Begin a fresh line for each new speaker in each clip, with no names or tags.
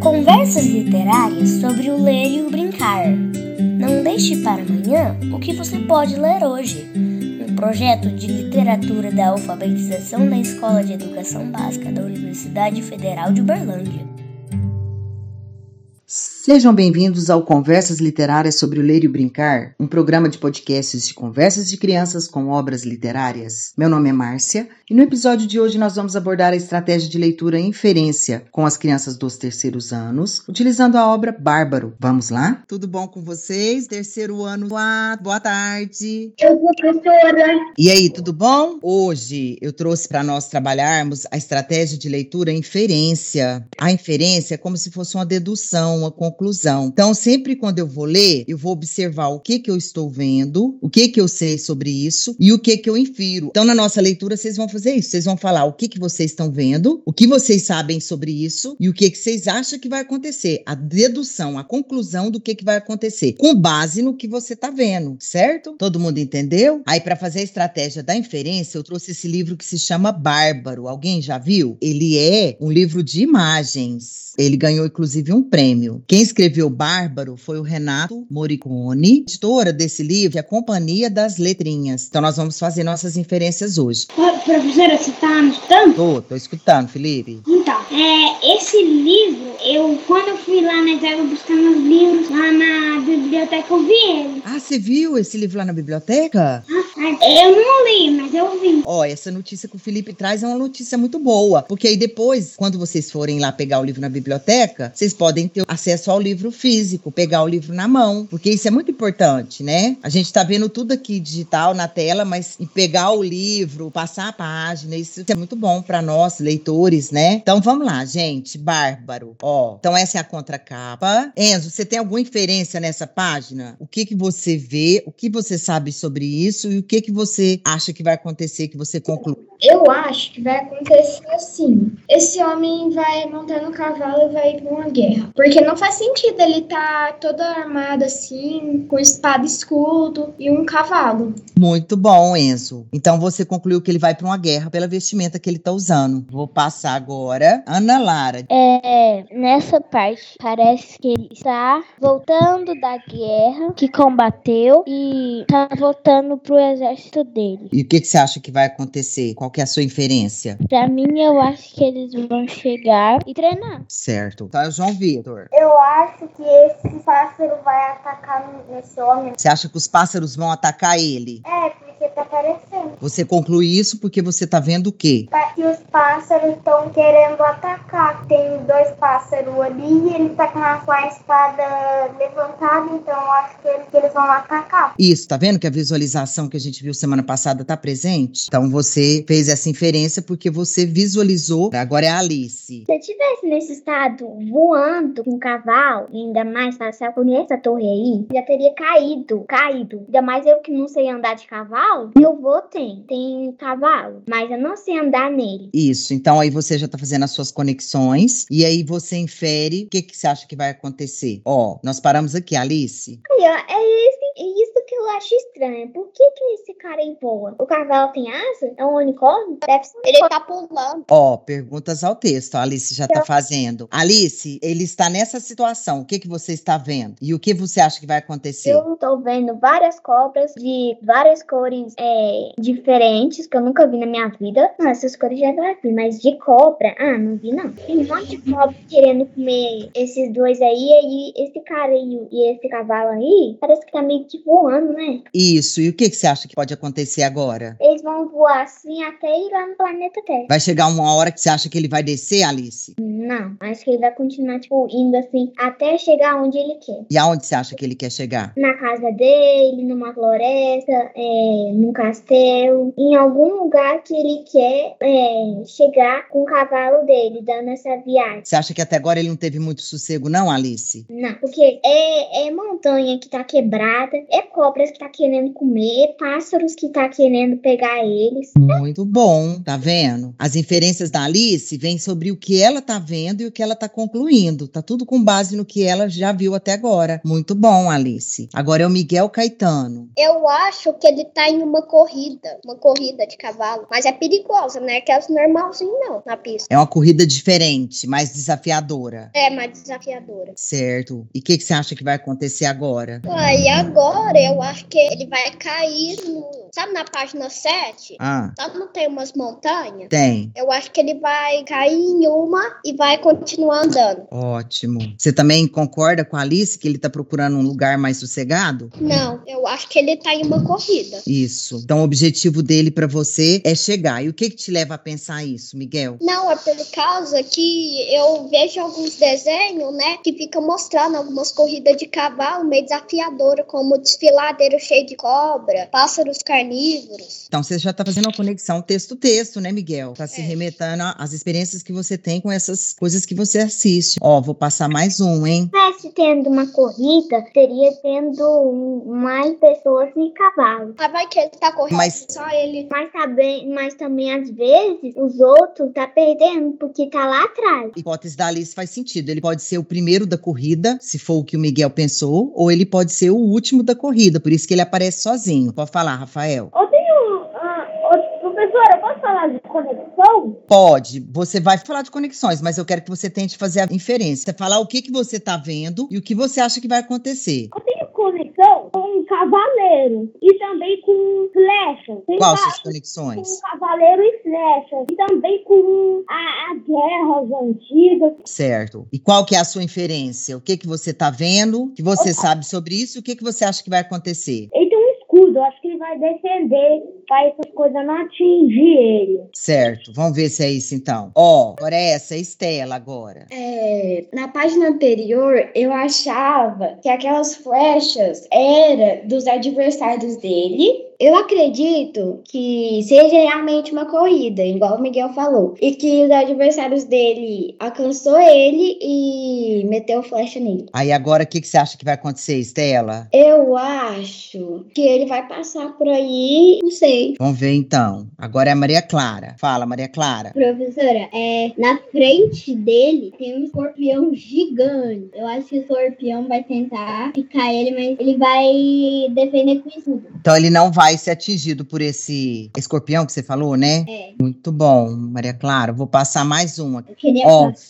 Conversas literárias sobre o ler e o brincar. Não deixe para amanhã o que você pode ler hoje. Um projeto de literatura da alfabetização da Escola de Educação Básica da Universidade Federal de Uberlândia.
Sejam bem-vindos ao Conversas Literárias sobre o Ler e o Brincar, um programa de podcasts de conversas de crianças com obras literárias. Meu nome é Márcia e no episódio de hoje nós vamos abordar a estratégia de leitura e inferência com as crianças dos terceiros anos, utilizando a obra Bárbaro. Vamos lá?
Tudo bom com vocês? Terceiro ano lá, boa tarde.
Eu, professora.
E aí, tudo bom? Hoje eu trouxe para nós trabalharmos a estratégia de leitura e inferência. A inferência é como se fosse uma dedução, uma conclusão. Então, sempre quando eu vou ler, eu vou observar o que que eu estou vendo, o que que eu sei sobre isso e o que que eu infiro. Então, na nossa leitura, vocês vão fazer isso. Vocês vão falar o que que vocês estão vendo, o que vocês sabem sobre isso e o que que vocês acham que vai acontecer. A dedução, a conclusão do que que vai acontecer, com base no que você está vendo, certo? Todo mundo entendeu? Aí, para fazer a estratégia da inferência, eu trouxe esse livro que se chama Bárbaro. Alguém já viu? Ele é um livro de imagens. Ele ganhou, inclusive, um prêmio. Quem escreveu Bárbaro foi o Renato Morricone, editora desse livro, que é a Companhia das Letrinhas. Então nós vamos fazer nossas inferências hoje.
Ô, Professora, você tá me escutando?
Tô, tô escutando, Felipe.
Então, é, esse livro, eu quando eu fui lá na Zaga buscando os livros lá na biblioteca, eu vi ele.
Ah, você viu esse livro lá na biblioteca?
Ah, Eu não li, mas eu vi.
Ó, essa notícia que o Felipe traz é uma notícia muito boa, porque aí depois, quando vocês forem lá pegar o livro na biblioteca, vocês podem ter acesso ao livro físico, pegar o livro na mão, porque isso é muito importante, né? A gente tá vendo tudo aqui digital na tela, mas e pegar o livro, passar a página, isso é muito bom para nós, leitores, né? Então vamos lá, gente, Bárbaro. Ó, então essa é a contracapa. Enzo, você tem alguma inferência nessa página? O que que você vê? O que você sabe sobre isso e o que que você acha que vai acontecer que você conclui?
Eu acho que vai acontecer assim. Esse homem vai montando um cavalo e vai ir pra uma guerra. Porque não faz sentido ele tá todo armado assim, com espada e escudo e um cavalo.
Muito bom, Enzo. Então você concluiu que ele vai para uma guerra pela vestimenta que ele tá usando. Vou passar agora. Ana Lara.
É, nessa parte parece que ele está voltando da guerra que combateu e tá voltando pro exército dele.
E o que, que você acha que vai acontecer? Qual que é a sua inferência?
Pra mim, eu acho que eles vão chegar e treinar.
Certo. Tá, João Vitor.
Eu acho que esse pássaro vai atacar nesse homem.
Você acha que os pássaros vão atacar ele?
É, porque tá aparecendo.
Você conclui isso porque você tá vendo o quê?
Pa- E os pássaros estão querendo atacar. Tem dois pássaros ali e ele tá com a, com a espada levantada, então eu acho que eles, que eles vão atacar.
Isso, tá vendo que a visualização que a gente viu semana passada tá presente? Então você fez essa inferência porque você visualizou. Agora é a Alice.
Se eu tivesse nesse estado voando com um cavalo, e ainda mais passar por essa torre aí, já teria caído, caído. Ainda mais eu que não sei andar de cavalo, meu vô tem, tem um cavalo, mas eu não sei andar nele.
Isso, então aí você já tá fazendo as suas conexões e aí você infere o que, que você acha que vai acontecer. Ó, nós paramos aqui, Alice.
Aí, ó, é, esse, é isso que eu acho estranho. Por que que esse cara aí voa? O cavalo tem asa? É um unicórnio? Deve ser um
Ele tá pulando.
Ó, perguntas ao texto, a Alice já tá fazendo. Alice, ele está nessa situação, o que, que você está vendo? E o que você acha que vai acontecer?
Eu tô vendo várias cobras de várias cores é, diferentes que eu nunca vi na minha vida. Não, essas cores já já vi, mas de cobra, ah, não vi não. Tem um monte de cobra querendo comer esses dois aí, e esse cara aí e esse cavalo aí, parece que tá meio que voando, né?
Isso, e o que, que você acha que pode acontecer agora?
Eles vão voar assim até ir lá no planeta Terra.
Vai chegar uma hora que você acha que ele vai descer, Alice?
Não, acho que ele vai continuar, tipo, indo assim até chegar onde ele quer.
E aonde você acha que ele quer chegar?
na casa dele, numa floresta, é, num castelo, em algum lugar que ele quer é, chegar com o cavalo dele, dando essa viagem.
Você acha que até agora ele não teve muito sossego, não, Alice?
Não, porque é, é montanha que tá quebrada, é cobra cobras que tá querendo comer, pássaros que tá querendo pegar eles.
Muito bom, tá vendo? As inferências da Alice vêm sobre o que ela tá vendo e o que ela tá concluindo. Tá tudo com base no que ela já viu até agora. Muito bom, Alice. Agora é o Miguel Caetano.
Eu acho que ele tá em uma corrida, uma corrida de cavalo, mas é perigosa, não é aquelas normalzinhas não, na pista.
É uma corrida diferente, mais desafiadora.
É mais desafiadora.
Certo. E o que, que você acha que vai acontecer agora?
Aí agora eu acho que ele vai cair no, sabe na página 7?
Ah,
Sabe não tem umas montanhas?
tem.
Eu acho que ele vai cair em uma e vai continuar andando.
Ótimo. Você também concorda com a Alice que ele tá procurando um lugar mais sossegado?
Não, eu acho que ele tá em uma corrida.
Isso. Então, o objetivo dele pra você é chegar. E o que, que te leva a pensar isso, Miguel?
Não, é por causa que eu vejo alguns desenhos, né? Que fica mostrando algumas corridas de cavalo meio desafiadora, como desfiladeiro cheio de cobra, pássaros carnívoros.
Então, você já está fazendo uma conexão texto-texto, né, Miguel? Está se
É.
remetendo a- às experiências que você tem com essas coisas que você assiste. Ó, vou passar mais um, hein?
Mas se tendo uma corrida, seria tendo um- mais pessoas e cavalos.
Mas vai que ele tá correndo
Mas-
só ele.
Mas, também, mas também, às vezes, os outros tá perdendo porque tá lá atrás.
A hipótese da Alice faz sentido. Ele pode ser o primeiro da corrida, se for o que o Miguel pensou, ou ele pode ser o último da corrida, por isso que ele aparece sozinho. Pode falar, Rafael.
Eu tenho. ah, ô, professora, eu posso falar de conexão?
Pode. Você vai falar de conexões, mas eu quero que você tente fazer a inferência. Você falar o que, que você está vendo e o que você acha que vai acontecer.
Eu tenho conexão com um cavaleiro e também com flechas. Tem
Qual
ca-
suas
com
conexões?
cavaleiro e flechas. E também com a, a guerras antigas.
Certo. E qual que é a sua inferência? O que que você está vendo? O que você sabe sobre isso? O que que você acha que vai acontecer?
Ele tem um escudo, eu acho que ele vai defender pra essas coisas não atingir ele.
Certo. Vamos ver se é isso então. Ó, agora é essa, é Estela agora.
É, na página anterior, eu achava que aquelas flechas eram dos adversários dele. Eu acredito que seja realmente uma corrida, igual o Miguel falou, e que os adversários dele alcançou ele e meteu flecha nele.
Aí agora o que que você acha que vai acontecer, Estela?
Eu acho que ele vai passar por aí, não sei.
Vamos ver então. Agora é a Maria Clara. Fala, Maria Clara.
Professora, é, na frente dele tem um escorpião gigante. Eu acho que o escorpião vai tentar picar ele, mas ele vai defender com escudo.
Então ele não vai ser atingido por esse escorpião que você falou, né?
É.
Muito bom, Maria Clara. Vou passar mais uma.
Eu queria
Ó.
essa,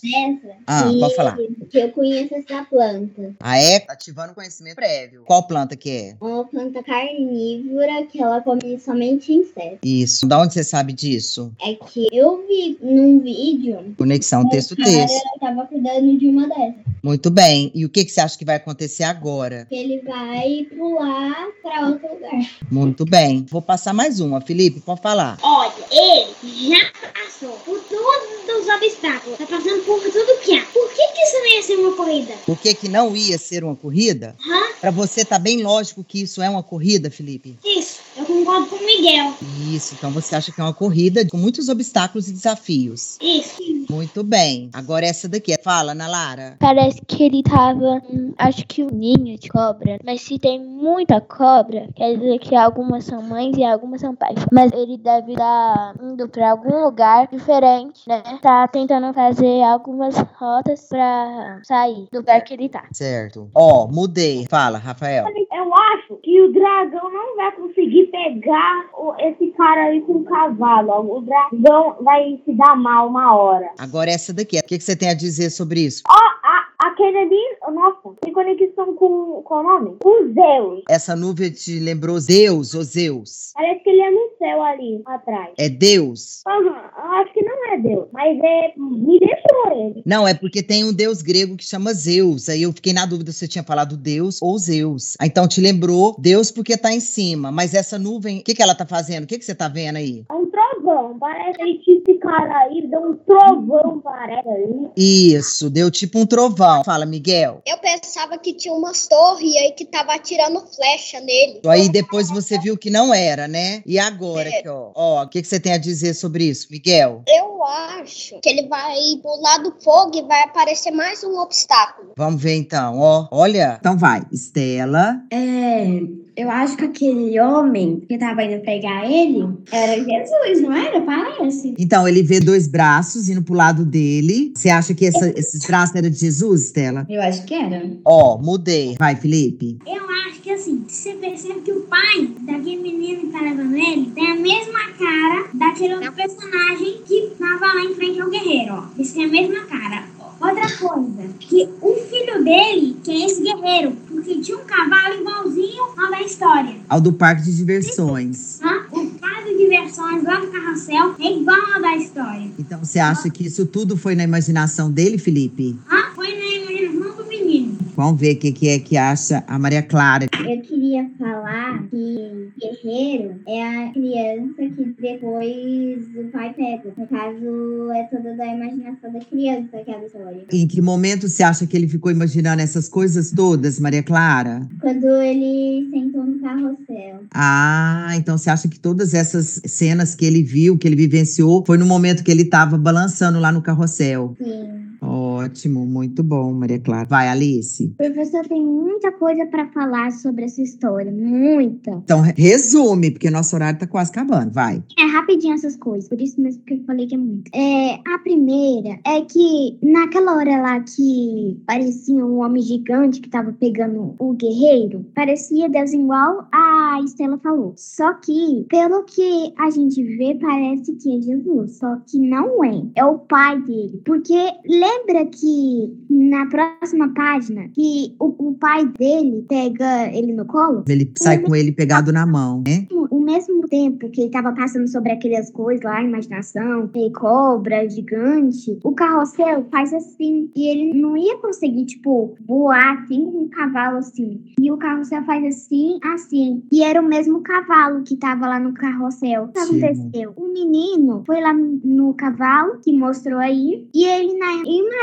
Ah, pode falar.
que eu conheço essa planta.
A é tá ativando conhecimento prévio. Qual planta que é?
É uma planta carnívora que ela come somente insetos.
Isso. Da onde você sabe disso?
É que eu vi num vídeo,
Conexão texto-texto.
eu tava cuidando de uma dessas.
Muito bem. E o que, que você acha que vai acontecer agora?
Que ele vai pular pra outro lugar.
Muito bem. Vou passar mais uma. Felipe, pode falar.
Olha, ele já passou por todos os obstáculos, tá passando por tudo que há. Por que, que isso não ia ser uma corrida?
O que, que não ia ser uma corrida? Pra você tá bem lógico que isso é uma corrida, Felipe?
Isso, eu concordo com o Miguel.
Isso. Então você acha que é uma corrida com muitos obstáculos e desafios.
Isso.
Muito bem. Agora essa daqui. Fala, Ana Lara.
Parece que ele tava, hum, acho que um ninho de cobra. Mas se tem muita cobra, quer dizer que algumas são mães e algumas são pais. Mas ele deve estar indo pra algum lugar diferente, né? Tá tentando fazer algumas rotas pra sair do lugar que ele tá.
Certo. Ó, mudei. Fala, Rafael.
Eu acho que o dragão não vai conseguir pegar o- esse cara aí com o cavalo. O dragão vai se dar mal uma hora.
Agora essa daqui. O que, que você tem a dizer sobre isso?
A, aquele ali, nossa, tem conexão com, com o nome? Com Zeus.
Essa nuvem te lembrou Zeus ou Zeus?
Parece que ele é no céu ali, atrás.
É Deus?
Aham, eu acho que não é Deus, mas é. Me deixou ele.
Não, é porque tem um deus grego que chama Zeus. Aí eu fiquei na dúvida se eu tinha falado Deus ou Zeus. Ah, Então te lembrou Deus porque tá em cima. Mas essa nuvem, o que, que ela tá fazendo? O que, que você tá vendo aí?
É um trovão, parece que esse cara aí deu um trovão, parece ali.
Isso, deu tipo um trovão. Fala, Miguel.
Eu pensava que tinha umas torres aí que tava atirando flecha nele.
Aí depois você viu que não era, né? E agora, aqui, ó. Ó, o que, que você tem a dizer sobre isso, Miguel?
Eu
eu acho que ele vai pular do fogo e vai aparecer mais um obstáculo.
Vamos ver então, ó. Olha.
Então vai, Estela.
É, eu acho que aquele homem que tava indo pegar ele era Jesus, não era? Parece.
Então, ele vê dois braços indo pro lado dele. Você acha que essa- esses braços eram de Jesus, Estela?
Eu acho que era.
Ó, mudei.
Vai, Felipe.
Eu acho que assim, você percebe que o pai daquele menino que tá levando ele tem a mesma cara daquele outro personagem que tava lá em frente ao guerreiro, ó. Eles têm a mesma cara. Outra coisa, que o filho dele, que é esse guerreiro, porque tinha um cavalo igualzinho ao da história.
Ao do parque de diversões.
Hã? O quadro de versões lá do carrossel é igual ao da história.
Então, você acha que isso tudo foi na imaginação dele, Felipe?
Hã? Foi na imaginação do menino.
Vamos ver o que, que é que acha a Maria Clara.
Eu queria falar que guerreiro é a criança que depois o pai pega. No caso, é toda da imaginação da criança aquela história.
Em que momento você acha que ele ficou imaginando essas coisas todas, Maria Clara?
Quando ele sentou no carrossel.
Ah, então você acha que todas essas cenas que ele viu, que ele vivenciou, foi no momento que ele estava balançando lá no carrossel?
Sim.
Ótimo, muito bom, Maria Clara. Vai, Alice.
Professor, tem muita coisa para falar sobre essa história. Muita.
Então, re- resume, porque nosso horário tá quase acabando. Vai.
É rapidinho essas coisas, por isso mesmo que eu falei que é muito. É, a primeira é que naquela hora lá que parecia um homem gigante que tava pegando o guerreiro, parecia Deus igual a Estela falou. Só que, pelo que a gente vê, parece que é Jesus. Só que não é. É o pai dele. Porque lembra que na próxima página que o, o pai dele pega ele no colo?
Ele sai
Uhum.
com ele pegado na mão, né?
mesmo- o mesmo tempo que ele tava passando sobre aquelas coisas lá, imaginação, e cobra, gigante, o carrossel faz assim. E ele não ia conseguir, tipo, voar assim com um cavalo assim. E o carrossel faz assim, assim. E era o mesmo cavalo que tava lá no carrossel. O que
Sim.
aconteceu? O menino foi lá no cavalo, que mostrou aí, e ele, na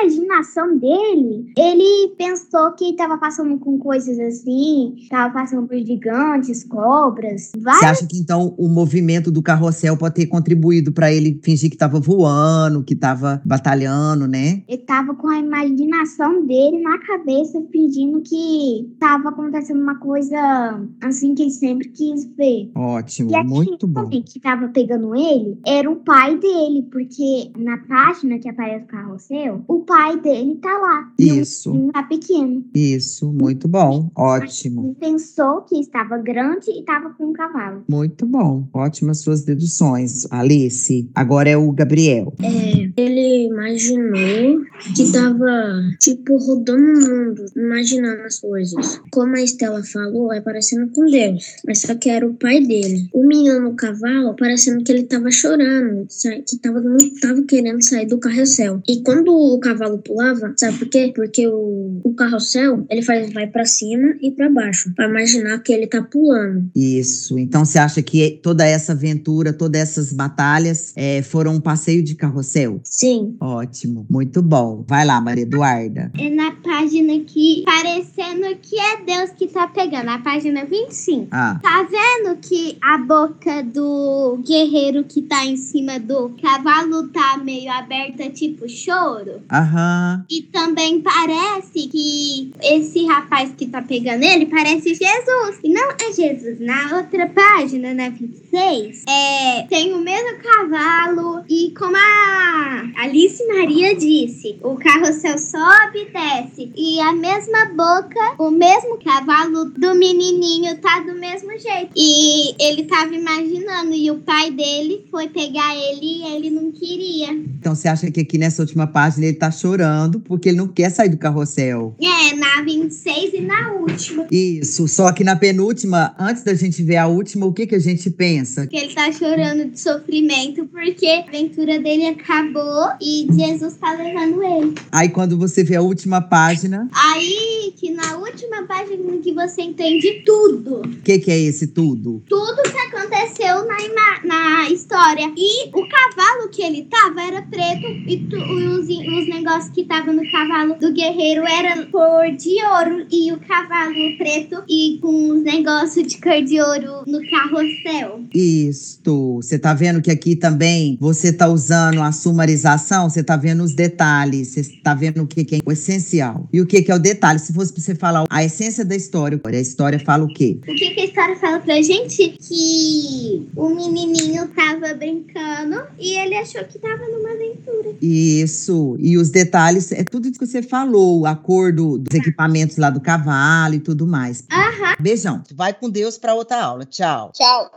imaginação dele, ele pensou que tava passando com coisas assim, tava passando por gigantes, cobras,
Você
várias
acha que então o movimento do carrossel pode ter contribuído pra ele fingir que tava voando, que tava batalhando, né?
Ele tava com a imaginação dele na cabeça, fingindo que tava acontecendo uma coisa assim que ele sempre quis ver.
Ótimo,
E aqui
muito bom.
também que tava pegando ele era o pai dele, porque na página que aparece o carrossel, o pai dele tá lá.
Isso.
E o menino tá pequeno.
Isso, muito bom, ótimo.
Ele pensou que estava grande e tava com um cavalo.
Muito bom, ótimas suas deduções, Alice. Agora é o Gabriel.
É, Ele imaginou que tava, tipo, rodando o mundo, imaginando as coisas. Como a Estela falou, é parecendo com Deus, mas só que era o pai dele. O menino no cavalo, parecendo que ele tava chorando, sa- que tava, não tava querendo sair do carrossel. E quando o cavalo pulava, sabe por quê? Porque o, o carrossel, ele faz, vai pra cima e pra baixo, pra imaginar que ele tá pulando.
Isso, então você acha que toda essa aventura, todas essas batalhas eh, foram um passeio de carrossel?
Sim.
Ótimo, muito bom. Vai lá, Maria Eduarda.
É na página que parecendo que é Deus que tá pegando, a página 25.
Ah,
Tá vendo que a boca do guerreiro que tá em cima do cavalo tá meio aberta, tipo choro?
aham.
E também parece que esse rapaz que tá pegando ele parece Jesus. E não é Jesus. Na outra página, na 26, é, tem o mesmo cavalo. E como a Alice Maria disse, o carrossel sobe e desce. E a mesma boca, o mesmo cavalo do menininho tá do mesmo jeito. E ele tava imaginando. E o pai dele foi pegar ele e ele não queria.
Então você acha que aqui nessa última página ele tá chorando porque ele não quer sair do carrossel?
É, na 26 e na última.
Isso, só que na penúltima, antes da gente ver a última, o que que a gente pensa?
que ele tá chorando de sofrimento porque a aventura dele acabou e Jesus tá levando ele.
Aí quando você vê a última página,
Aí que na última página que você entende tudo.
O que, que é esse tudo?
Tudo que aconteceu na, ima- na história. E o cavalo que ele tava era preto e tu- os, os negócios que tava no cavalo do guerreiro era cor de ouro. E o cavalo preto e com os negócios de cor de ouro no carrossel.
Isto. Você tá vendo que aqui também você tá usando a sumarização, você tá vendo os detalhes, você tá vendo o que, que é o essencial. E o que, que é o detalhe? Se fosse pra você falar a essência da história, a história fala o quê?
O que, que a história fala pra gente? Que o menininho tava brincando e ele achou que tava numa aventura.
Isso. E os detalhes, é tudo isso que você falou, a cor do- dos equipamentos lá do cavalo e tudo mais.
Aham.
Beijão. Vai com Deus pra outra aula. Tchau.
Tchau.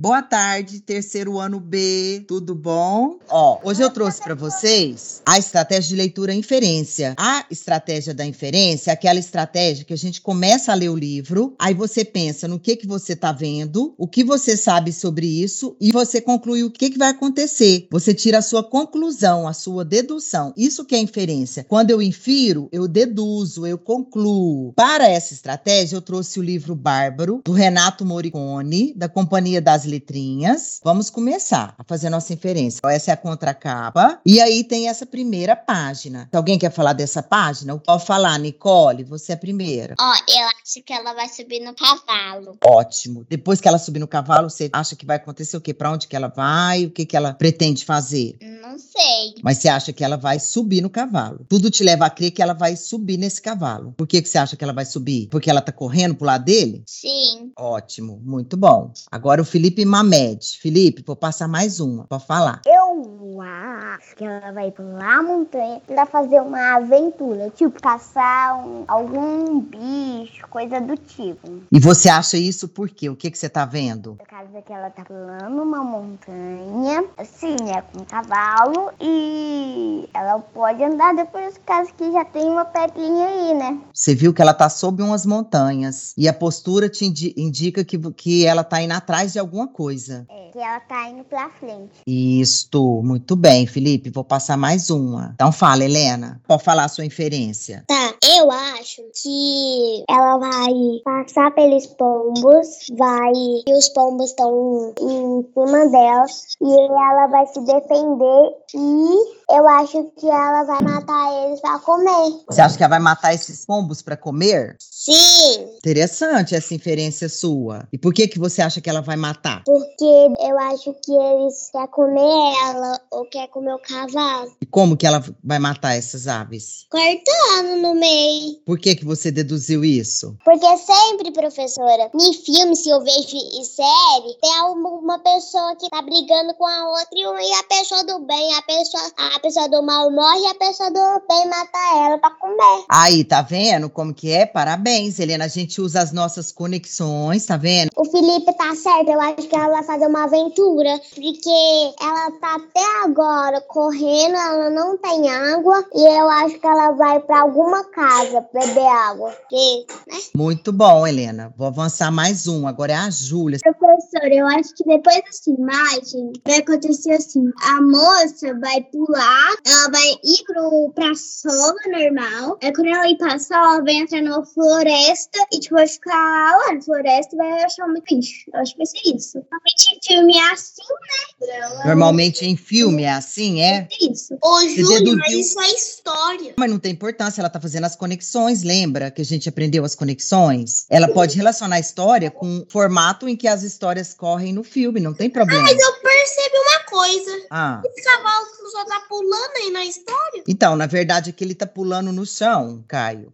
Boa tarde, terceiro ano B, tudo bom? Ó, hoje eu trouxe para vocês a estratégia de leitura e inferência. A estratégia da inferência é aquela estratégia que a gente começa a ler o livro, aí você pensa no que que você tá vendo, o que você sabe sobre isso e você conclui o que que vai acontecer. Você tira a sua conclusão, a sua dedução. Isso que é inferência. Quando eu infiro, eu deduzo, eu concluo. Para essa estratégia, eu trouxe o livro Bárbaro, do Renato Morricone, da Companhia das Letrinhas. Vamos começar a fazer nossa inferência. Ó, Essa é a contracapa. E aí tem essa primeira página. Se alguém quer falar dessa página, pode falar, Nicole, você é a primeira.
Ó, eu acho que ela vai subir no cavalo.
Ótimo. Depois que ela subir no cavalo, você acha que vai acontecer o quê? Para onde que ela vai? O que que ela pretende fazer?
Não sei.
Mas você acha que ela vai subir no cavalo. Tudo te leva a crer que ela vai subir nesse cavalo. Por que, que você acha que ela vai subir? Porque ela tá correndo pro lado dele?
Sim.
Ótimo, muito bom. Agora o Felipe Mamed. Felipe, vou passar mais uma pra falar.
Eu acho que ela vai pular a montanha pra fazer uma aventura, tipo caçar um- algum bicho, coisa do tipo.
E você acha isso por quê? O que, que você tá vendo?
No caso é que ela tá pulando uma montanha, assim, né, com um cavalo, e ela pode andar depois, caso que já tem uma pedrinha aí, né?
Você viu que ela tá sob umas montanhas. E a postura te indi- indica que, vo- que ela tá indo atrás de alguma coisa.
É, que ela tá indo pra frente.
Isto, muito bem, Felipe. Vou passar mais uma. Então fala, Helena. Pode falar a sua inferência.
Tá, eu acho que ela vai passar pelos pombos, vai. E os pombos estão em cima dela. E ela vai se defender. E eu acho que ela vai matar eles pra comer.
Você acha que ela vai matar esses pombos para comer?
Sim,
Interessante essa inferência sua. E por que que você acha que ela vai matar?
porque eu acho que eles querem comer ela ou quer comer o cavalo.
E como que ela vai matar essas aves?
Cortando no meio.
Por que que você deduziu isso?
Porque é sempre, professora, em filme, se eu vejo e série, tem uma, uma pessoa que tá brigando com a outra e, um- e a pessoa do bem, a pessoa, a pessoa do mal morre e a pessoa do bem mata ela pra comer.
Aí, tá vendo como que é? Parabéns, Helena. A gente usa as nossas conexões, tá vendo?
O Felipe tá certo, eu acho que ela vai fazer uma aventura, porque ela tá até agora correndo, ela não tem água, e eu acho que ela vai pra alguma casa beber água. Porque né?
Muito bom, Helena. Vou avançar mais um. Agora é a Júlia.
Professora, eu acho que depois dessa imagem vai acontecer assim: a moça vai pular, ela vai ir pro, pra sova normal. Aí quando ela ir pra sova, vai entrar numa floresta e tipo, vai ficar lá na floresta e vai achar um bicho. Eu acho que vai ser isso. Normalmente em filme é assim, né? Ela-
Normalmente em filme é assim, é?
É isso. Ô,
Júlio, mas deduziu. isso
é história.
Mas não tem importância, ela tá fazendo as conexões, lembra que a gente aprendeu as conexões? Ela pode relacionar a história com o formato em que as histórias correm no filme, não tem problema.
eu percebi uma coisa.
Tá Ah,
Esse cavalo só tá pulando aí na história.
então, na verdade é que ele tá pulando no chão, Caio.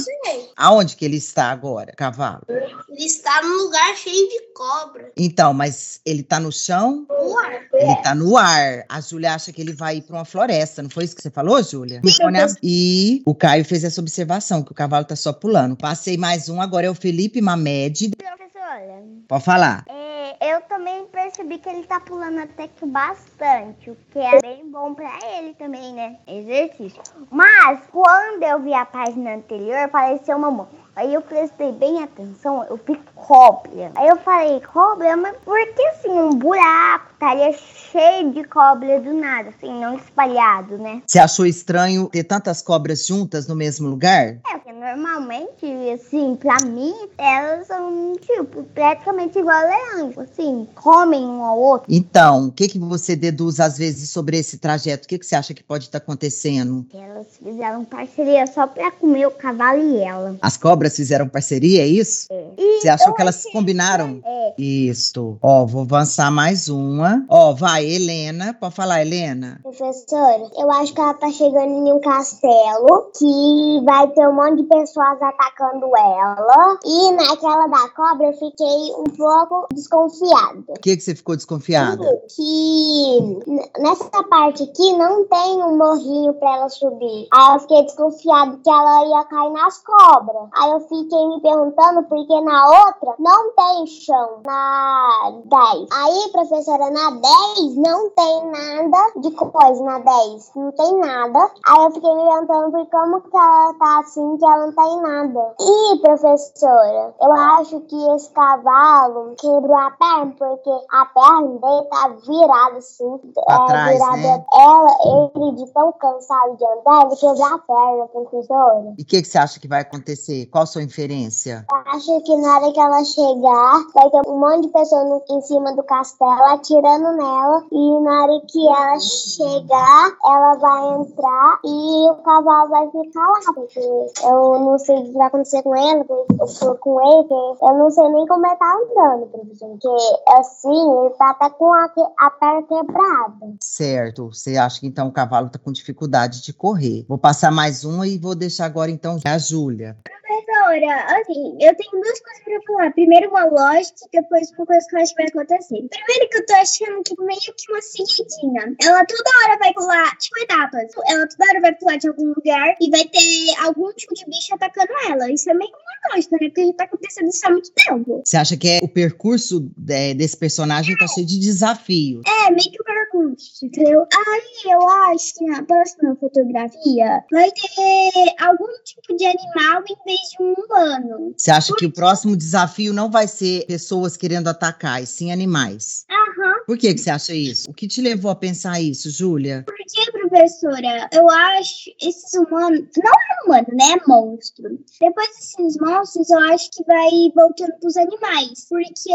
Aonde que ele está agora, cavalo?
Ele está num lugar cheio de cobra.
Então, mas ele tá no chão?
Ué.
Ele tá no ar. A Júlia acha que ele vai ir pra uma floresta, não foi isso que você falou, Júlia? Me põe a- E o Caio fez essa observação, que o cavalo tá só pulando. Passei mais um, agora é o Felipe Mamed.
Professora,
Pode falar.
é, eu também percebi que ele tá pulando até que bastante, o que é bem bom pra ele também, né? Exercício. Mas quando eu vi a página anterior, pareceu uma mão. Aí eu prestei bem atenção, eu vi cobra. Aí eu falei, cobra, mas por que assim um buraco estaria cheio de cobra do nada, assim, não espalhado, né?
Você achou estranho ter tantas cobras juntas no mesmo lugar?
É, porque normalmente, assim, pra mim, elas são, tipo, praticamente igual a leão. Assim, comem um ao outro.
Então, o que, que você deduz às vezes sobre esse trajeto? O que, que você acha que pode estar acontecendo?
Que elas fizeram parceria só pra comer o cavalo e ela.
As cobras fizeram parceria, é isso?
É.
Você achou que elas combinaram?
É.
Isso. Ó, vou avançar mais uma. Ó, vai, Helena. Pode falar, Helena.
Professora, eu acho que ela tá chegando em um castelo que vai ter um monte de pessoas atacando ela. E naquela da cobra eu fiquei um pouco desconfiada.
O que, que você ficou desconfiada?
Que n- nessa parte aqui não tem um morrinho pra ela subir. Aí eu fiquei desconfiada que ela ia cair nas cobras. Aí eu fiquei me perguntando porque na outra não tem chão. Na 10. Aí, professora, na 10 não tem nada de coisa. Na 10 não tem nada. Aí eu fiquei me perguntando por como que ela tá assim que ela não tem nada. E, professora, eu acho que esse cavalo quebrou a perna porque a perna dele tá virada assim.
Pra trás, né?
Ela, ele de tão cansado de andar, ele quebrou a perna, professora.
E o que, que você acha que vai acontecer? Qual a sua inferência?
Acho que na hora que ela chegar, vai ter um monte de pessoas no- em cima do castelo atirando nela. E na hora que ela chegar, ela vai entrar e o cavalo vai ficar lá. Porque eu não sei o que vai acontecer com ela, porque eu for com ele, porque eu não sei nem como ele tá andando, professor. Porque assim, ele tá até com a, que- a perna quebrada.
Certo. Você acha que então o cavalo está com dificuldade de correr? Vou passar mais uma e vou deixar agora então a Júlia.
Professora, assim, eu tenho duas coisas pra falar. Primeiro uma lógica e depois uma coisa que eu acho que vai acontecer. Primeiro que eu tô achando que meio que uma seguidinha. Ela toda hora vai pular, tipo etapas. Ela toda hora vai pular de algum lugar e vai ter algum tipo de bicho atacando ela. Isso é meio que uma lógica, né? Porque já tá acontecendo isso há muito tempo.
Você acha que é, o percurso é, desse personagem tá cheio de desafios?
É, meio que o percurso, entendeu? Aí eu acho que na próxima fotografia vai ter algum tipo de animal em vez de um humano.
Você acha que o próximo desafio não vai ser pessoas querendo atacar, e sim animais?
Aham.
Por que, que você acha isso? O que te levou a pensar isso, Júlia?
Porque, professora, eu acho esses humanos. Não é humano, né? É monstro. Depois desses monstros, eu acho que vai voltando pros animais. Porque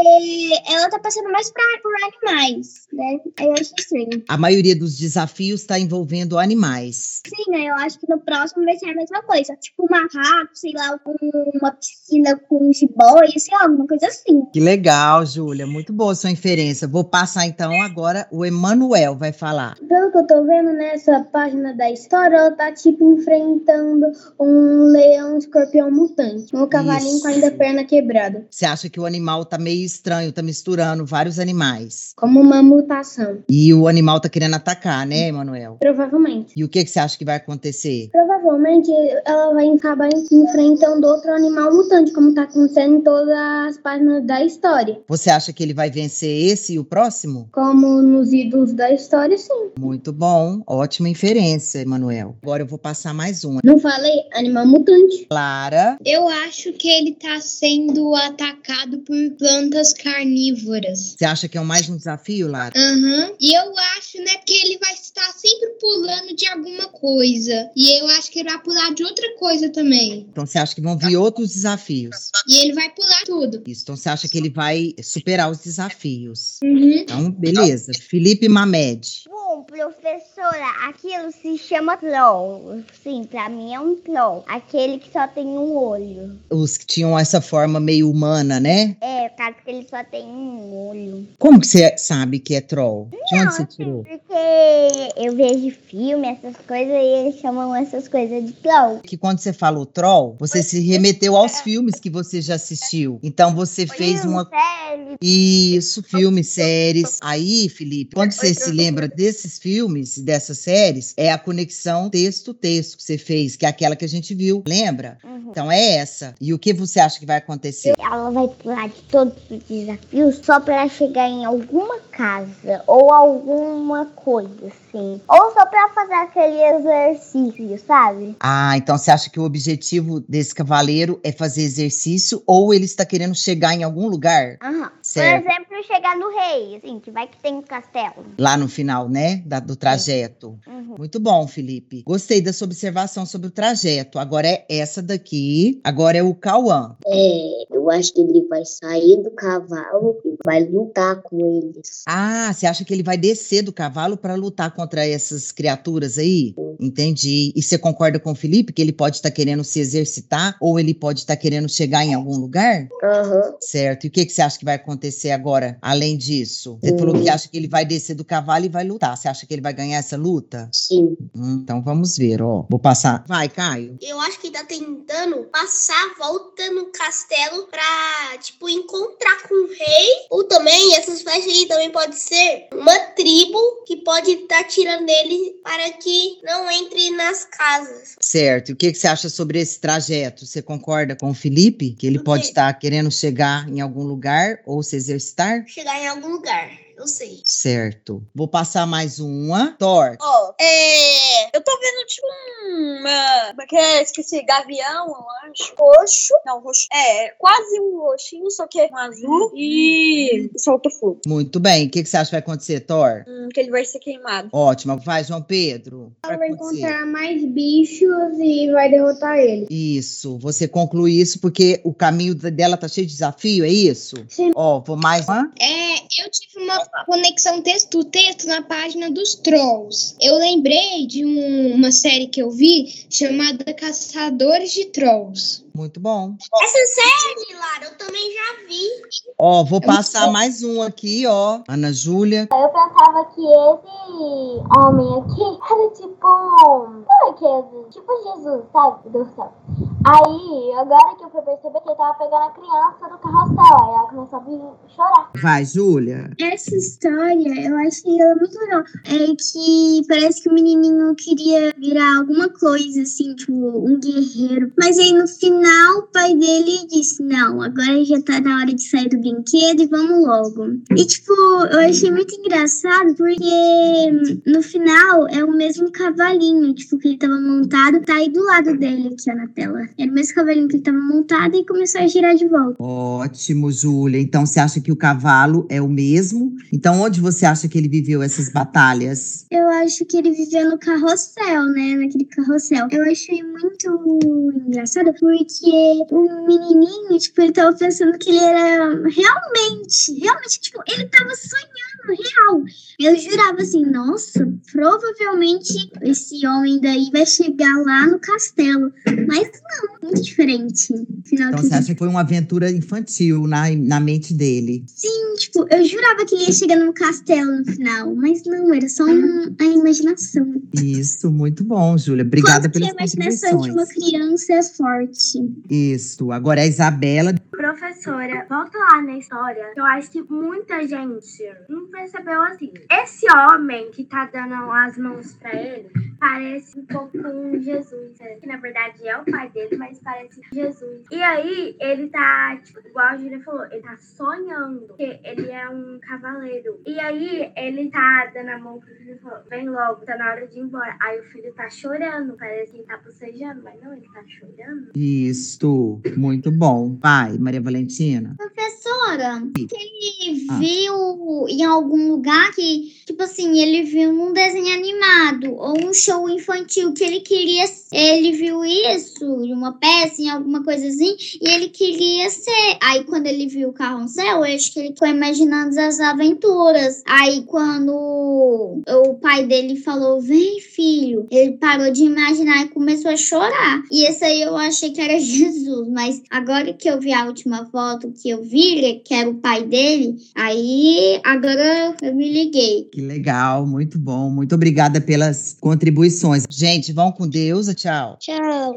ela tá passando mais pra, por animais, né? Aí eu acho estranho.
A maioria dos desafios está envolvendo animais.
Sim, né? Eu acho que no próximo vai ser a mesma coisa. Tipo, um macaco, sei lá, com uma piscina com um jiboia, sei lá, alguma coisa assim.
Que legal, Júlia. Muito boa a sua inferência. Vou passar então agora, o Emanuel vai falar.
Pelo que eu tô vendo nessa página da história, ela tá tipo enfrentando um leão escorpião mutante. Um cavalinho
Isso.
com ainda a perna quebrada.
Você acha que o animal tá meio estranho, tá misturando vários animais.
Como uma mutação.
E o animal tá querendo atacar, né, Emanuel?
Provavelmente.
E o que, que você acha que vai acontecer?
Provavelmente ela vai acabar enfrentando outro animal mutante, como tá acontecendo em todas as páginas da história.
Você acha que ele vai vencer esse e o próximo?
Como nos ídolos da história, sim.
Muito bom, ótima inferência, Emanuel. Agora eu vou passar mais uma.
Não falei animal mutante.
Clara,
Eu acho que ele tá sendo atacado por plantas carnívoras.
você acha que é mais um desafio, Lara?
Aham. E eu acho, né, que ele vai estar sempre pulando de alguma coisa. E eu acho que ele vai pular de outra coisa também.
Então você acha que vão vir outros desafios?
E ele vai pular tudo.
Isso, então você acha que ele vai superar os desafios?
Uhum.
Então, beleza. Felipe Mamed.
Bom, professora, aquilo se chama troll. Sim, pra mim é um troll. Aquele que só tem um olho.
Os que tinham essa forma meio humana, né?
É, caso que ele só tem um olho.
Como que você sabe que é troll? De onde você tirou?
Porque eu vejo filme, essas coisas, e eles chamam essas coisas de troll.
Que quando você falou troll, você se remeteu aos filmes que você já assistiu. Então você fez uma
Sério?
Isso, filmes, séries. Aí, Felipe, quando você se lembra desses filmes e dessas séries, é a conexão texto-texto que você fez, que é aquela que a gente viu, lembra?
Uhum.
Então é essa. E o que você acha que vai acontecer?
Ela vai pular de todos os desafios só para chegar em alguma casa ou alguma coisa, assim. Ou só para fazer aquele exercício, sabe?
Ah, então você acha que o objetivo desse cavaleiro é fazer exercício ou ele está querendo chegar em algum lugar?
Aham.
Certo.
Por exemplo, chegar no rei, assim, que vai que tem um castelo.
Lá no final, né? da- do trajeto.
Uhum.
Muito bom, Felipe. Gostei da sua observação sobre o trajeto. Agora é essa daqui. Agora é o Cauã.
É, eu acho que ele vai sair do cavalo e vai lutar com eles.
Ah, você acha que ele vai descer do cavalo para lutar contra essas criaturas aí? Entendi. E você concorda com o Felipe que ele pode estar querendo se exercitar ou ele pode estar querendo chegar em algum lugar?
Aham.
Certo. E o que, que você acha que vai acontecer agora, além disso? Você falou que acha que ele vai descer do cavalo e vai lutar. Você acha que ele vai ganhar essa luta?
Sim.
então vamos ver, ó. Vou passar. Vai, Caio.
Eu acho que tá tentando passar a volta no castelo pra, tipo, encontrar com o rei. Ou também, essas flechas aí também pode ser uma tribo que pode estar tirando ele para que não entre nas casas.
Certo. E o que, que você acha sobre esse trajeto? Você concorda com o Felipe? Que ele pode estar querendo chegar em algum lugar ou se exercitar?
Chegar em algum lugar, eu sei.
Certo. Vou passar mais uma. Thor.
Ó, é. Eu tô vendo tipo um. uma- Como é que é? Esqueci, gavião, eu acho. Roxo. Não, roxo. É, quase um roxinho, só que é um azul. E. solta fogo.
Muito bem. O que, que você acha que vai acontecer, Thor?
Hum, que ele vai ser queimado.
Ótimo. Vai, João Pedro.
Ela vai encontrar
mais bichos e vai derrotar ele.
Isso, você conclui isso porque o caminho da- dela tá cheio de desafio, é isso? Sim. Ó, vou mais uma.
É, eu tive uma conexão texto-texto na página dos Trolls. Eu lembrei de um- uma série que eu vi chamada Caçadores de Trolls.
Muito bom.
Essa série, Lara, eu também já vi.
Ó, vou
É muito
passar
bom.
mais um aqui, ó. Ana Júlia.
Eu pensava que esse homem aqui era tipo. um- Sabe aquele? Tipo Jesus, sabe? Do céu. Aí, agora que eu fui perceber que ele tava Tá pegando a criança do carrossel. Aí ela começou a vir chorar.
Vai, Júlia.
Essa história, eu achei ela muito legal. É que parece que o menininho queria virar alguma coisa, assim, tipo, um guerreiro. Mas aí no final, o pai dele disse: Não, agora já tá na hora de sair do brinquedo e vamos logo. E, tipo, eu achei muito engraçado porque no final é o mesmo cavalinho, tipo, que ele tava montado, tá aí do lado dele aqui ó, na tela. Era o mesmo cavalinho que ele tava montado e começou a girar de volta.
Ótimo, Júlia. Então você acha que o cavalo é o mesmo? Então onde você acha que ele viveu essas batalhas?
Eu acho que ele vivia no carrossel, né? Naquele carrossel. Eu achei muito engraçado porque o menininho, tipo, ele tava pensando que ele era realmente, realmente, tipo, ele tava sonhando, real. Eu jurava assim, nossa, provavelmente esse homem daí vai chegar lá no castelo. Mas não, muito diferente. Afinal,
Então
que
você acha que foi uma aventura infantil na, na mente dele?
Sim, tipo, eu jurava que ele ia chegar num castelo no final, mas não, era só um- a imaginação.
Isso, muito bom, Júlia. Obrigada
Quanto que é
pelas
a imaginação de uma
contribuições.
criança é forte.
Isso. Agora é a Isabela.
Professora, volta lá na história. Eu acho que muita gente não percebeu assim. Esse homem que tá dando as mãos pra ele parece um pouco um Jesus. né? Que na verdade é o pai dele, mas parece Jesus. E aí ele tá, tipo, igual a Julia falou, ele tá sonhando. Porque ele é um cavaleiro. E aí ele tá dando a mão pro filho e falou: vem logo, tá na hora de ir embora. Aí o filho tá chorando, parece que ele tá bocejando, mas não, ele tá chorando.
Isto, muito bom. Vai, Maria Valentina.
Professora, que ele
Ah.
viu em algum lugar que, tipo assim, ele viu um desenho animado ou um show infantil que ele queria. Ele viu isso em uma peça, em alguma coisa assim, e ele queria ser. Aí, quando ele viu o carrossel, eu acho que ele ficou imaginando as aventuras. Aí, quando o pai dele falou: Vem, filho, ele parou de imaginar e começou a chorar. E esse aí eu achei que era Jesus, mas agora que eu vi a última foto que eu vi, que era o pai dele, aí agora eu me liguei.
Que legal, muito bom. Muito obrigada pelas contribuições. Gente, vão com Deus. Tchau.
Tchau.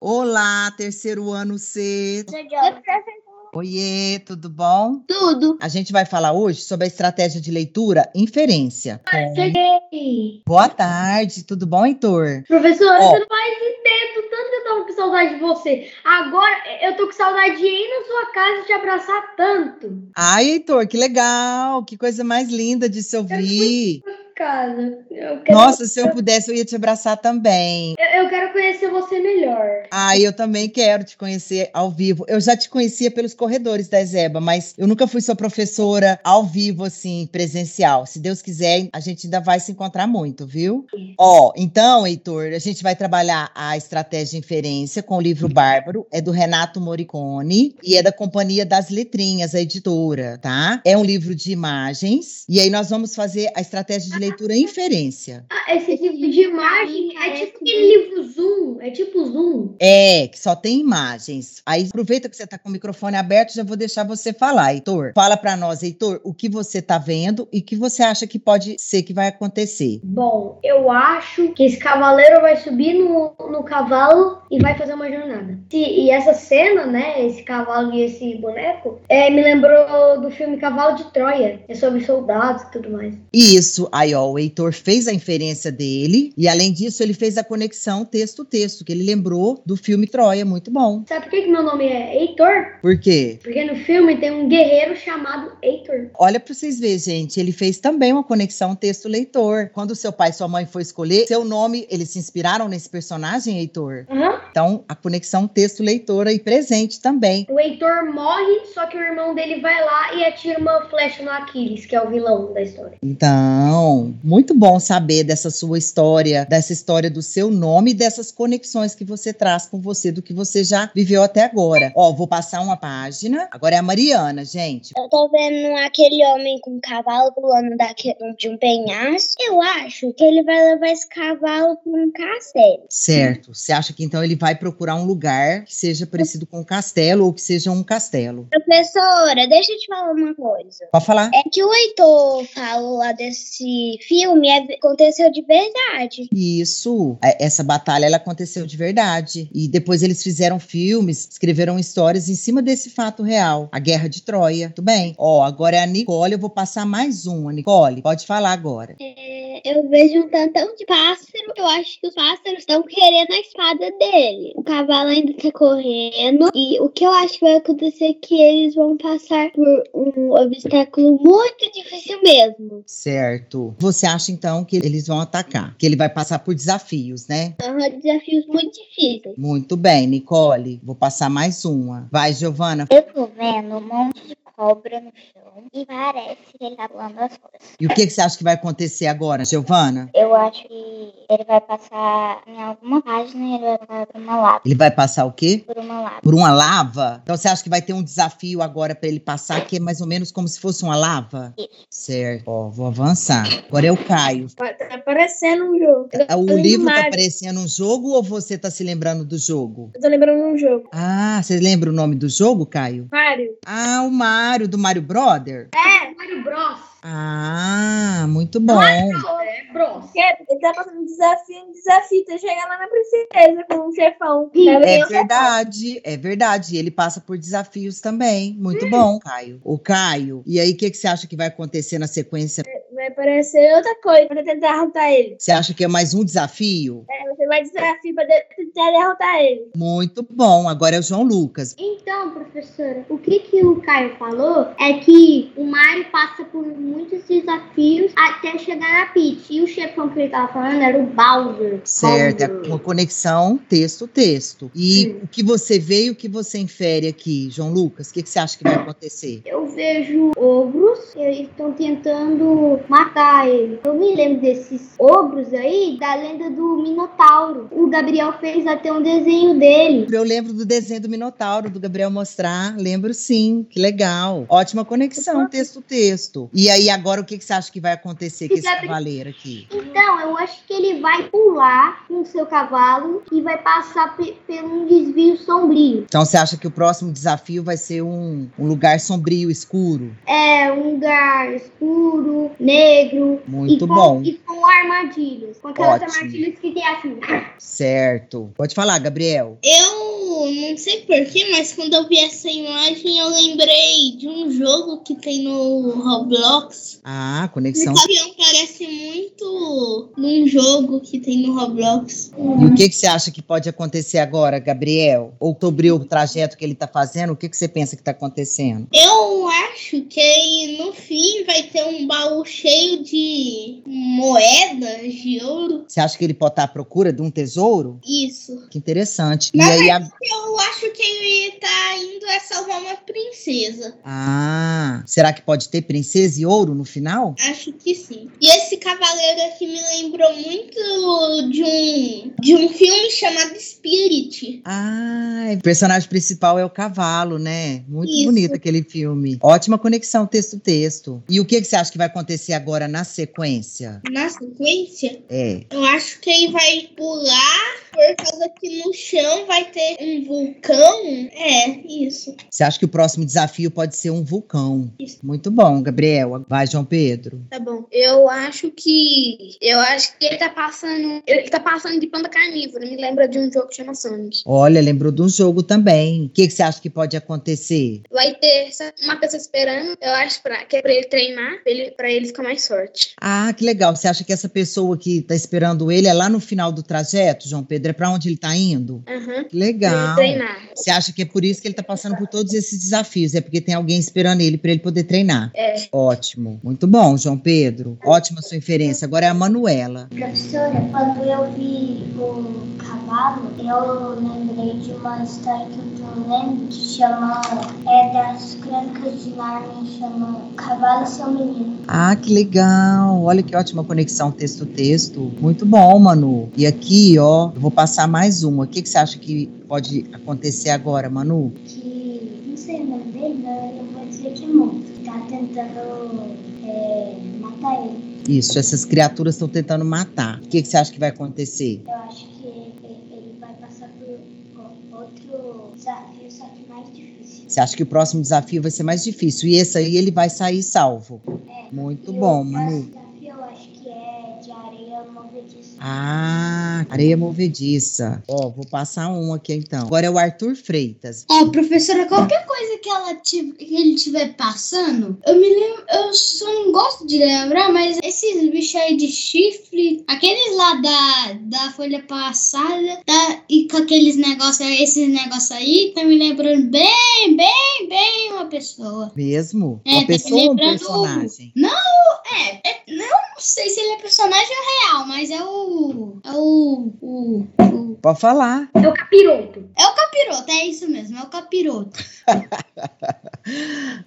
Olá, terceiro ano C. Oiê, tudo bom?
Tudo.
A gente vai falar hoje sobre a estratégia de leitura inferência.
Ah, Cheguei!
Boa tarde, tudo bom, Heitor?
Professora,
Ó,
você não faz de tempo, tanto que eu tava com saudade de você. Agora eu tô com saudade de ir na sua casa e te abraçar tanto.
Ai, Heitor, que legal! Que coisa mais linda de se ouvir.
Casa, eu quero,
Nossa, se eu pudesse, eu ia te abraçar também.
eu, eu quero conhecer você melhor.
Ai, eu também quero te conhecer ao vivo. Eu já te conhecia pelos corredores da Ezeba, mas eu nunca fui sua professora ao vivo, assim, presencial. Se Deus quiser, a gente ainda vai se encontrar muito, viu? Ó, então, Heitor, a gente vai trabalhar a estratégia de inferência com o livro Bárbaro. É do Renato Morricone e é da Companhia das Letrinhas, a editora, tá? É um livro de imagens. E aí nós vamos fazer a estratégia de leitura inferência.
Ah, esse tipo de imagem é tipo aquele livro Zoom, é tipo Zoom.
É, que só tem imagens. Aí aproveita que você está com o microfone aberto, já vou deixar você falar, Heitor. Fala para nós, Heitor, o que você está vendo e o que você acha que pode ser que vai acontecer.
Bom, eu acho que esse cavaleiro vai subir no, no cavalo e vai fazer uma jornada. E, e essa cena, né? Esse cavalo e esse boneco, é, me lembrou do filme Cavalo de Troia. É sobre soldados e tudo mais.
Isso, aí ó, o Heitor fez a inferência dele e além disso ele fez a conexão texto-texto, que ele lembrou do filme Troia, muito bom.
Sabe por que, que meu nome é Heitor?
Por quê?
Porque no filme tem um guerreiro chamado Heitor.
Olha para vocês verem, gente, ele fez também uma conexão texto-leitor. Quando seu pai e sua mãe for escolher seu nome, eles se inspiraram nesse personagem, Heitor?
Aham.
Então, a conexão texto-leitor aí presente também.
O Heitor morre, só que o irmão dele vai lá e atira uma flecha no Aquiles, que é o vilão da história.
Então, muito bom saber dessa sua história, dessa história do seu nome e dessas conexões que você traz com você, do que você já viveu até agora. Ó, vou passar uma página. Agora é a Mariana, gente.
Eu tô vendo aquele homem com um cavalo pulando daquele, de um penhasco. Eu acho que ele vai levar esse cavalo pra um castelo.
Certo. Você acha que então ele vai procurar um lugar que seja parecido com um castelo ou que seja um castelo?
Professora, deixa eu te falar uma coisa.
Pode falar?
É que o Heitor falou lá desse filme, é- aconteceu de verdade.
Isso, É, essa batalha ela aconteceu de verdade. E depois eles fizeram filmes, escreveram histórias em cima desse fato real, a Guerra de Troia. Tudo bem? Ó, agora é a Nicole, eu vou passar mais uma. Nicole, pode falar agora.
É, Eu vejo um tantão de pássaro. Eu acho que os pássaros estão querendo a espada dele. O cavalo ainda tá correndo. E o que eu acho que vai acontecer é que eles vão passar por um obstáculo muito difícil mesmo.
Certo. Você acha então que eles vão atacar? Que ele vai passar por desafios, né?
Aham, desafios muito difíceis.
Muito bem, Nicole. Vou passar mais uma. Vai, Giovana.
Eu tô vendo um monte de cobra no chão e parece que ele tá pulando as coisas.
E o que, que você acha que vai acontecer agora, Giovana?
Eu acho que ele vai passar em alguma página e ele vai passar por uma lata.
Ele vai passar o quê?
Por uma lata.
Por uma lava? Então você acha que vai ter um desafio agora para ele passar, que é mais ou menos como se fosse uma lava? Certo. Ó, vou avançar. Agora é o Caio.
Tá parecendo um jogo. Eu tô
O
lendo
livro tá
Mario.
parecendo um jogo ou você tá se lembrando do jogo?
Eu tô lembrando um jogo.
Ah, você lembra o nome do jogo, Caio?
Mário.
Ah, o Mário, do Mário Brother?
É, Mário Bros.
Ah, muito bom.
É, Bros. Ele tá passando um desafio, um desafio. Tá chegando lá na princesa com um chefão. Tá
É
vendo?
verdade, é verdade. Ele passa por desafios também. Muito bom, Caio. O Caio, e aí o que, que você acha que vai acontecer na sequência?
Vai aparecer outra coisa pra tentar derrotar ele.
Você acha que é mais um desafio?
É, você vai desafio pra de- tentar derrotar ele.
Muito bom. Agora é o João Lucas.
Então, professora, o que, que o Caio falou é que o Mario passa por muitos desafios até chegar na Peach. E o chefão que ele tava falando era o Bowser.
Certo, é uma conexão texto-texto. E o que você vê e o que você infere aqui, João Lucas? O que, que você acha que vai acontecer?
Eu vejo ogros, eles estão tentando matar ele. Eu me lembro desses ogros aí da lenda do Minotauro. O Gabriel fez até um desenho dele.
Eu lembro do desenho do Minotauro, do Gabriel Mostrar. Lembro sim, que legal. Ótima
Uhum.
conexão, texto-texto. E aí, agora, o que, que você acha que vai acontecer com esse
Gabriel-
cavaleiro aqui?
Então, eu acho que ele vai pular com o seu cavalo e vai passar pe- por um desvio sombrio.
Então, você acha que o próximo desafio vai ser um, um lugar sombrio, escuro?
É um lugar escuro, negro.
Muito
e com-
bom.
E com armadilhas. Com aquelas
Ótimo.
armadilhas que tem assim.
Certo. Pode falar, Gabriel.
Eu
não sei porquê, mas quando eu vi essa imagem eu lembrei de um jogo que tem no Roblox.
Ah, conexão.
O avião parece muito num jogo que tem no Roblox.
E o que, que você acha que pode acontecer agora, Gabriel? Ou sobre o trajeto que ele está fazendo, o que, que você pensa que está acontecendo?
Eu acho que no fim vai ter um baú cheio de moedas de ouro.
Você acha que ele pode estar à procura de um tesouro?
Isso. é
Que interessante.
Na
e aí a...
verdade, eu acho que ele tá indo é salvar uma princesa.
Ah, será que pode ter princesa e ouro no final?
Acho que sim. E esse cavaleiro aqui me lembrou muito de um, de um filme chamado Spirit.
Ah, o personagem principal é o cavalo, né? Muito
Isso.
bonito aquele filme. Ótima conexão texto-texto. E o que, que você acha que vai acontecer agora na sequência?
Na sequência,
É.
eu acho que ele vai pular, por causa que no chão vai ter um vulcão. É, isso.
Você acha que o próximo desafio pode ser um vulcão? Muito bom, Gabriel. Vai, João Pedro.
Tá bom. Eu acho que. Eu acho que ele tá passando. Ele tá passando de planta carnívora. Me lembra de um jogo que chama Sonic.
Olha, lembrou de um jogo também. O que, que você acha que pode acontecer?
Vai ter essa- uma pessoa esperando, eu acho, pra, que é pra ele treinar, pra ele, pra ele ficar mais forte.
Ah, que legal. Você acha que essa pessoa que está esperando ele é lá no final do trajeto, João Pedro? É para onde ele está indo?
Aham.
Que legal.
Pra ele treinar.
Você acha que é por isso que ele está passando por todos esses desafios? É porque tem alguém esperando ele para ele poder treinar?
É.
Ótimo. Muito bom, João Pedro. Ótima sua inferência. Agora é a Manuela.
Professora, quando eu vi o cavalo, eu lembrei de uma história que eu tô lendo que chama é das crônicas de Narnia, chama Cavalo e seu menino.
Ah, que legal! Olha que ótima conexão texto-texto. Muito bom, Manu. E aqui, ó, eu vou passar mais uma. O que, que você acha que pode acontecer agora, Manu?
Que não sei o nome dele, mas eu vou dizer que é morto. Tá tentando é, matar ele.
Isso, essas criaturas estão tentando matar. O que, que você acha que vai acontecer?
Eu acho que ele ele vai passar por outro desafio, só que mais difícil.
Você acha que o próximo desafio vai ser mais difícil? E esse aí ele vai sair salvo. Muito bom, Manu.
Eu acho que é de areia movediça.
Ah, areia movediça. Ó, vou passar um aqui então. Agora é o Arthur Freitas.
Ó, professora, qualquer coisa que, ela tiv- que ele estiver passando, eu me lembro, eu só não gosto de lembrar, mas esses bichos aí de chifre, aqueles lá da, da folha passada, tá, e com aqueles negócios, aí, esses negócios aí, tá me lembrando bem, bem, bem uma pessoa.
Mesmo?
É,
Uma
tá me
pessoa ou um
lembrando-
personagem?
Não, é, é- não sei se ele é personagem ou real, mas é o, é o, o
Pode falar.
é o capiroto. É o capiroto, é isso mesmo, é o capiroto.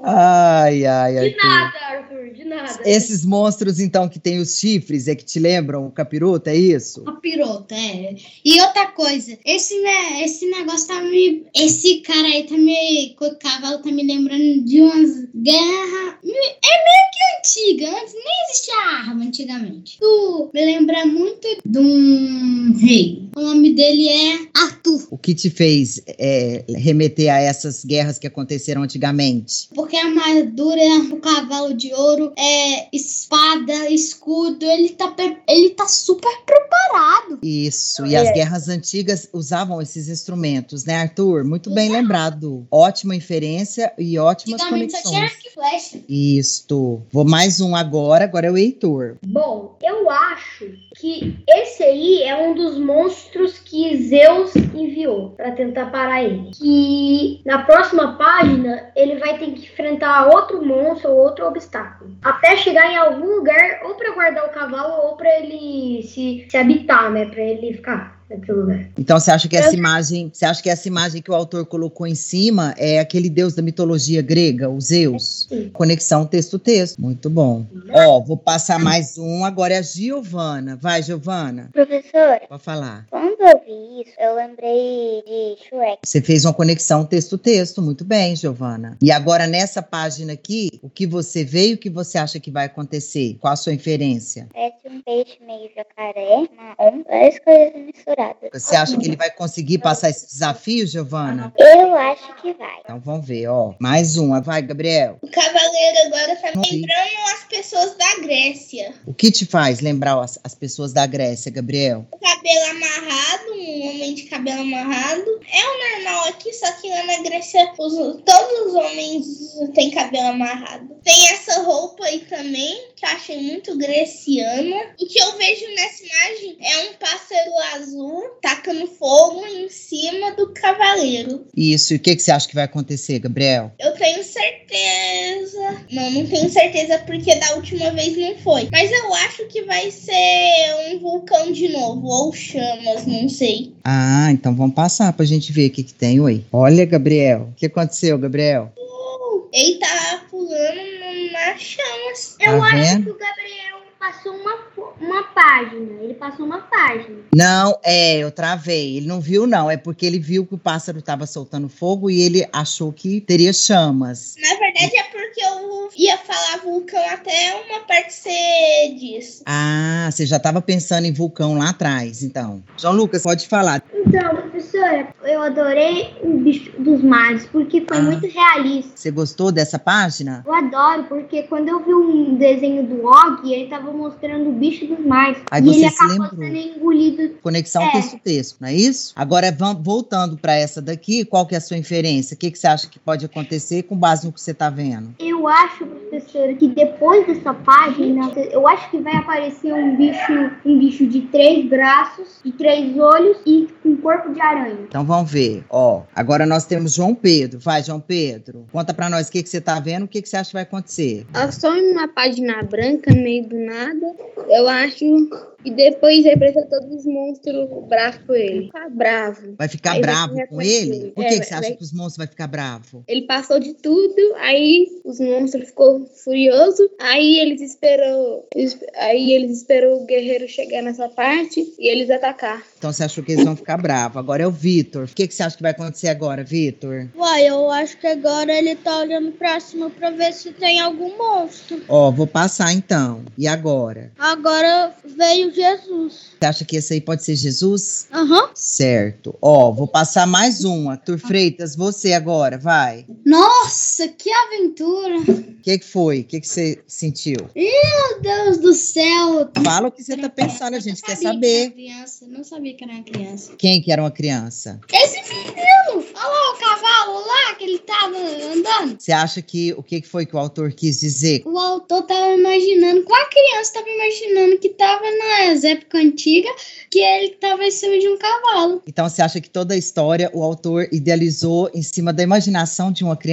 Ai, ai, ai.
Arthur, de nada.
Esses monstros, então, que tem os chifres, é que te lembram o capiroto, é isso?
Capiroto, é. E outra coisa, esse, ne- esse negócio tá me. Esse cara aí tá me. Com o cavalo tá me lembrando de umas guerras. me- É meio que antiga, antes nem existia arma antigamente. Tu me lembra muito de um rei. O nome dele é Arthur.
O que te fez é, remeter a essas guerras que aconteceram antigamente?
Porque a armadura, o cavalo de ouro, é espada, escudo, ele tá, pre- ele tá super preparado.
Isso, e as
É.
guerras antigas usavam esses instrumentos, né, Arthur? Muito bem lembrado. Ótima inferência e ótimas
Antigamente só tinha
conexões.
arco e flecha.
Isto. Vou mais um agora, agora é o Heitor.
Bom, eu acho que esse aí é um dos monstros que Zeus enviou pra tentar parar ele. Que na próxima página ele vai ter que enfrentar outro monstro ou outro obstáculo. Até chegar em algum lugar, ou pra guardar o cavalo, ou pra ele se, se habitar, né? Pra ele ficar naquele lugar.
Então você acha que
Eu-
essa imagem, você acha que essa imagem que o autor colocou em cima é aquele deus da mitologia grega, o Zeus? Conexão texto-texto. Muito bom. Ó, vou passar mais um, agora é a Giovana. Vai, Giovana.
Professora,
Pode falar.
quando eu vi isso, eu lembrei de Shrek.
Você fez uma conexão texto-texto, muito bem, Giovana. E agora nessa página aqui, o que você vê e o que você acha que vai acontecer? Qual a sua inferência?
Parece um peixe meio jacaré, uma onda, é várias coisas misturadas.
temporada.
Você acha que ele vai conseguir passar esse desafio, Giovana?
Eu acho que vai.
Então vamos ver, ó. Mais uma, vai, Gabriel.
O cavaleiro agora tá
Não vi.
lembrando as pessoas da Grécia.
O que te faz lembrar as, as pessoas da Grécia, Gabriel?
O cabelo amarrado, um homem de cabelo amarrado. É o normal aqui, só que lá na Grécia os- todos os homens têm cabelo amarrado. Tem essa roupa aí também, que eu achei muito greciana. O que eu vejo nessa imagem é um pássaro azul tacando fogo em cima do cavaleiro.
Isso, e o que, que você acha que vai acontecer, Gabriel?
Eu tenho certeza. Não, não tenho certeza porque da última vez não foi. Mas eu acho que vai ser um vulcão de novo. Ou chamas, não sei.
Ah, então vamos passar pra gente ver o que, que tem. Oi. Olha, Gabriel. O que aconteceu, Gabriel?
Ele tá pulando na chamas.
Tá
Eu acho
vendo?
que o Gabriel passou uma, fo- uma página. Ele passou uma página.
Não, é, eu travei. Ele não viu, não. É porque ele viu que o pássaro estava soltando fogo e ele achou que teria chamas.
Na verdade é porque eu ia falar vulcão até uma parte ser disso.
Ah, você já estava pensando em vulcão lá atrás, então. João Lucas, pode falar.
Então, professora, eu adorei o bicho dos mares, porque foi muito realista.
Você gostou dessa página?
Eu adoro, porque quando eu vi um desenho do Og, ele tava mostrando o bicho dos mares.
Aí
e
você
ele
se
acabou
lembrou.
sendo engolido.
Conexão
É.
texto-texto, não é isso? Agora, vam- voltando para essa daqui, qual que é a sua inferência? O que, que você acha que pode acontecer com base no que você está vendo?
Eu acho, professora, que depois dessa página, eu acho que vai aparecer um bicho, um bicho de três braços, de três olhos e com corpo de aranha.
Então vamos ver. Ó, agora nós temos João Pedro. Vai, João Pedro. Conta para nós o que, que você está vendo, o que, que você acha que vai acontecer.
Ela só em uma página branca, no meio do nada, eu acho. E depois representa todos os monstros bravos com ele. Fica bravo.
Vai ficar
Aí vai
bravo
ficar
com
com
ele?
ele.
Por
É,
que, que
vai-
você acha
vai-
que os monstros vão ficar bravos?
Ele passou de tudo, aí os monstros ficou furioso, aí eles esperou, eles- aí eles esperou o guerreiro chegar nessa parte e eles atacar.
Então você achou que eles vão ficar bravos. Agora é o Vitor. O que, que você acha que vai acontecer agora, Vitor?
Uai, eu acho que agora ele tá olhando pra cima pra ver se tem algum monstro.
Ó, vou passar então. E agora?
Agora veio Jesus.
Você acha que esse aí pode ser Jesus?
Aham.
Certo. Ó, vou passar mais uma. Arthur Freitas, você agora, vai.
Nossa, que aventura!
O que, que foi? O que, que você sentiu?
Meu Deus do céu!
Fala o que você tá pensando, a gente quer
Sabia
saber.
que era criança, não sabia que era uma criança.
Quem que era uma criança?
Esse menino! Olha lá o cavalo lá que ele tava andando.
Você acha que o que que foi que o autor quis dizer?
O autor tava imaginando, qual a criança tava imaginando que tava nas épocas antigas, que ele tava em cima de um cavalo.
Então você acha que toda a história o autor idealizou em cima da imaginação de uma criança?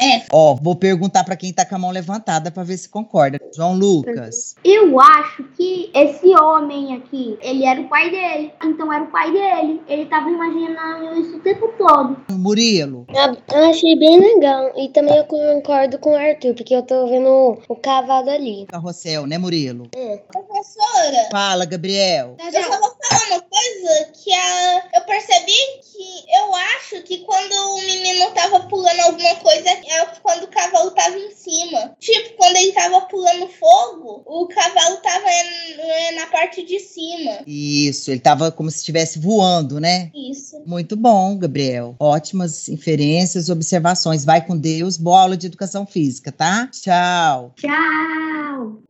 É.
Ó, vou perguntar pra quem tá com a mão levantada pra ver se concorda. João Lucas.
Eu acho que esse homem aqui, ele era o pai dele. Então era o pai dele. Ele tava imaginando isso o tempo todo.
Murilo.
Eu achei bem legal. E também eu concordo com o Arthur, porque eu tô vendo o cavalo ali.
Carrossel, né, Murilo?
Professora,
Fala, Gabriel.
eu só vou falar uma coisa que a... eu percebi que eu acho que quando o menino tava pulando alguma coisa é quando o cavalo tava em cima. Tipo, quando ele tava pulando fogo, o cavalo tava eh, na parte de cima.
Isso, ele tava como se estivesse voando, né?
Isso.
Muito bom, Gabriel. Ótimas inferências, observações. Vai com Deus. Boa aula de educação física, tá? Tchau.
Tchau!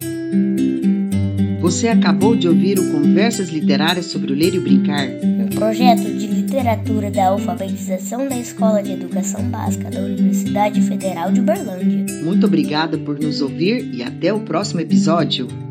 Você acabou de ouvir o Conversas Literárias sobre o Ler e o Brincar.
Um projeto de literatura da alfabetização da Escola de Educação Básica da Universidade Federal de Berlândia.
Muito obrigada por nos ouvir e até o próximo episódio.